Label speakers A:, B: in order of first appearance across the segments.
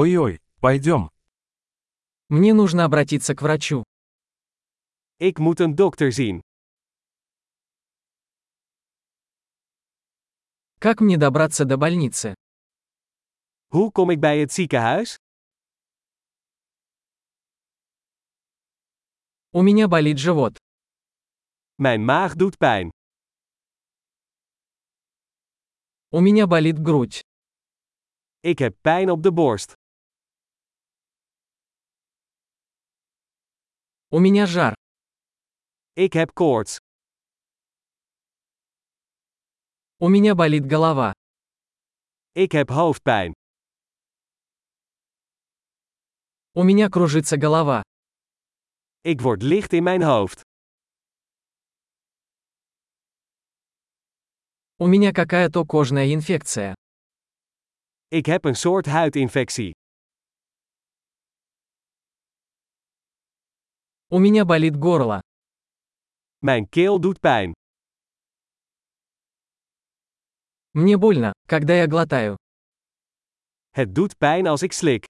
A: Ой-ой, пойдем.
B: Мне нужно обратиться к врачу.
C: Ik moet een dokter zien.
B: Как мне добраться до больницы?
C: Hoe kom ik bij het ziekenhuis?
B: У меня болит живот.
C: Mijn maag doet pijn.
B: У меня болит грудь.
C: Ik heb pijn op de borst.
B: У меня жар.
C: Ik heb koorts.
B: У меня болит голова.
C: Ik heb hoofdpijn.
B: У меня кружится голова.
C: Ik word licht in mijn hoofd.
B: У меня какая-то кожная инфекция.
C: Ik heb een soort huidinfectie.
B: У меня болит горло.
C: Mijn keel doet pijn.
B: Мне больно, когда я глотаю.
C: Het doet pijn als ik slik.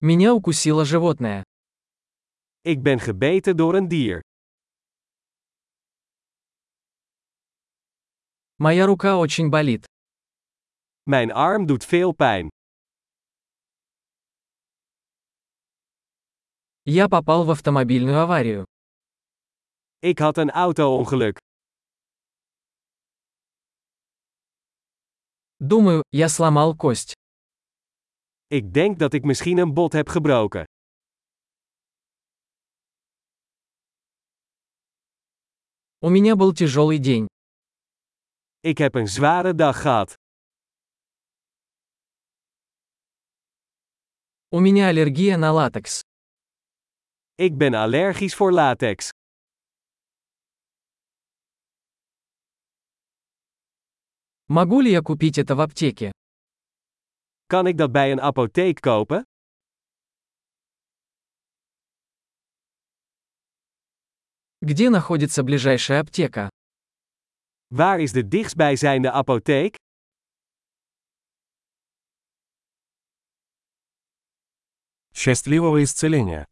B: Меня укусило животное.
C: Ik ben gebeten door een dier.
B: Моя рука очень болит.
C: Mijn arm doet veel pijn.
B: Я попал в автомобильную аварию.
C: Ik had een auto-ongeluk.
B: Думаю, я сломал кость.
C: Ik denk dat ik misschien een bot heb gebroken.
B: У меня был тяжелый день.
C: Ik heb een zware dag gehad.
B: У меня аллергия на латекс.
C: Ik ben allergisch voor latex.
B: Могу ли я купить это в аптеке?
C: Kan ik dat bij een apotheek kopen?
B: Где находится ближайшая аптека?
C: Waar is de dichtstbijzijnde apotheek?
A: Счастливого исцеления!